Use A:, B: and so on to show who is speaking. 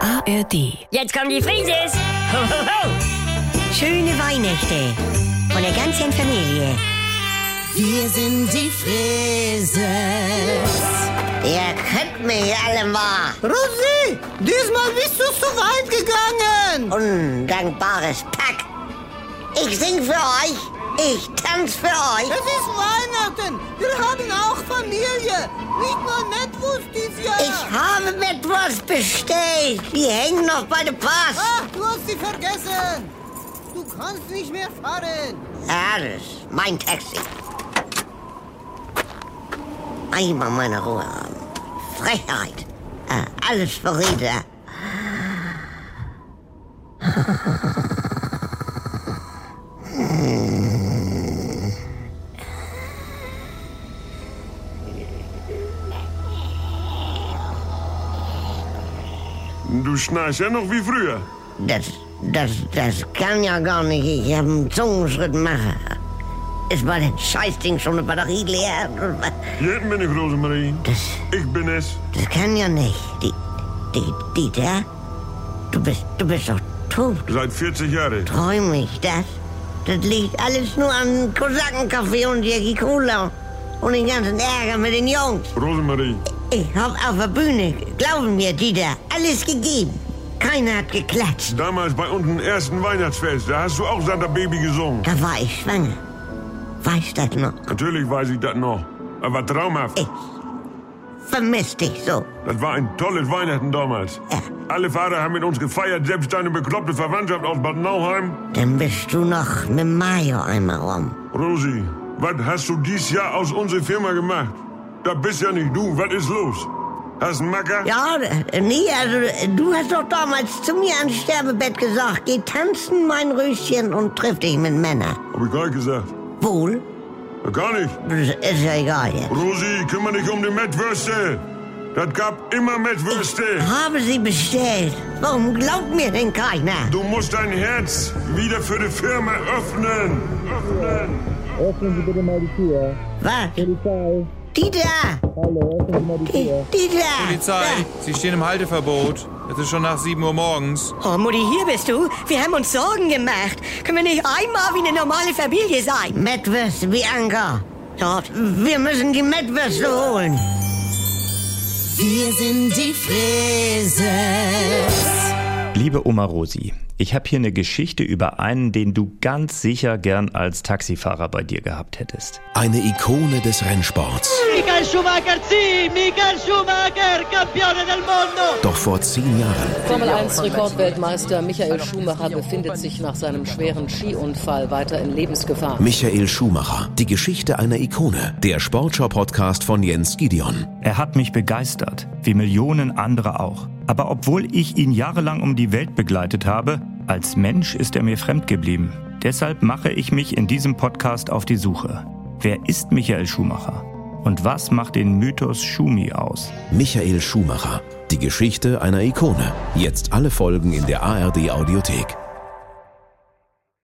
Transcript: A: ARD.
B: Jetzt kommen die Frieses.
C: Schöne Weihnachten von der ganzen Familie.
D: Wir sind die Frises.
C: Ihr könnt mich hier alle mal.
D: Rosi, diesmal bist du zu weit gegangen.
C: Undankbares Pack. Ich sing für euch. Ich tanz für euch.
D: Es ist Weihnachten. Wir haben auch Familie. Nicht nur Mettwurst dieses Jahr.
C: Ich habe mit was bestellt. Die hängen noch bei der Post.
D: Ach, Ah, du hast sie vergessen. Du kannst nicht mehr fahren.
C: Ja, das ist mein Taxi. Einmal meine Ruhe haben. Frechheit. Äh, Alles Verräter.
E: Du schnarchst ja noch wie früher.
C: Das, das, das kann ja gar nicht. Ich habe einen Zungenschritt machen. Ist bei dem Scheißding schon eine Batterie leer?
E: Jetzt bin ich Rosemarie.
C: Das,
E: Ich bin es.
C: das kann ja nicht. Die, die, Dieter, du bist, du bist doch tot.
E: Seit 40 Jahren.
C: Träum ich das? Das liegt alles nur am Kosakenkaffee und Jackie Cola und den ganzen Ärger mit den Jungs.
E: Rosemarie.
C: Ich hab auf der Bühne, glauben mir, Dieter, alles gegeben. Keiner hat geklatscht.
E: Damals bei unserem ersten Weihnachtsfest, da hast du auch Santa Baby gesungen.
C: Da war ich schwanger. Weißt das noch?
E: Natürlich weiß ich das noch. Aber traumhaft.
C: Ich vermiss dich so.
E: Das war ein tolles Weihnachten damals.
C: Ja.
E: Alle Fahrer haben mit uns gefeiert, selbst deine bekloppte Verwandtschaft aus Bad Nauheim.
C: Dann bist du noch mit Mario einmal rum.
E: Rosi, was hast du dies Jahr aus unserer Firma gemacht? Da bist ja nicht du. Was ist los? Hast einen Macker?
C: Ja, äh, nee, also äh, du hast doch damals zu mir ans Sterbebett gesagt, geh tanzen, mein Röschen, und triff dich mit Männern.
E: Hab ich gleich gesagt.
C: Wohl?
E: Gar nicht.
C: Das ist ja egal jetzt.
E: Rosi, kümmere dich um die Mettwürste. Das gab immer Mettwürste.
C: Habe sie bestellt. Warum glaubt mir denn keiner?
E: Du musst dein Herz wieder für die Firma öffnen. Öffnen.
F: Öffnen Sie bitte mal die Tür.
C: Was?
F: Polizei,
C: Dieter!
F: hallo, öffnen Sie mal die
C: Die-
F: Tür.
C: Dieter!
G: Polizei, Sie stehen im Halteverbot. Es ist schon nach 7 Uhr morgens.
B: Oh, Mutti, hier bist du. Wir haben uns Sorgen gemacht. Können wir nicht einmal wie eine normale Familie sein?
C: Mettwürste, Bianca. Dort. Wir müssen die Mettwürste holen.
D: Wir sind die Frises.
H: Liebe Oma Rosi, ich habe hier eine Geschichte über einen, den du ganz sicher gern als Taxifahrer bei dir gehabt hättest.
I: Eine Ikone des Rennsports.
J: Michael Schumacher, sì, Michael Schumacher, campione del mondo!
I: Doch vor zehn Jahren
J: Formel 1 Rekordweltmeister Michael Schumacher befindet sich nach seinem schweren Skiunfall weiter in Lebensgefahr.
I: Michael Schumacher. Die Geschichte einer Ikone. Der Sportschau-Podcast von Jens Gideon.
H: Er hat mich begeistert, wie Millionen andere auch. Aber obwohl ich ihn jahrelang um die Welt begleitet habe, als Mensch ist er mir fremd geblieben. Deshalb mache ich mich in diesem Podcast auf die Suche. Wer ist Michael Schumacher? Und was macht den Mythos Schumi aus?
I: Michael Schumacher. Die Geschichte einer Ikone. Jetzt alle Folgen in der ARD Audiothek.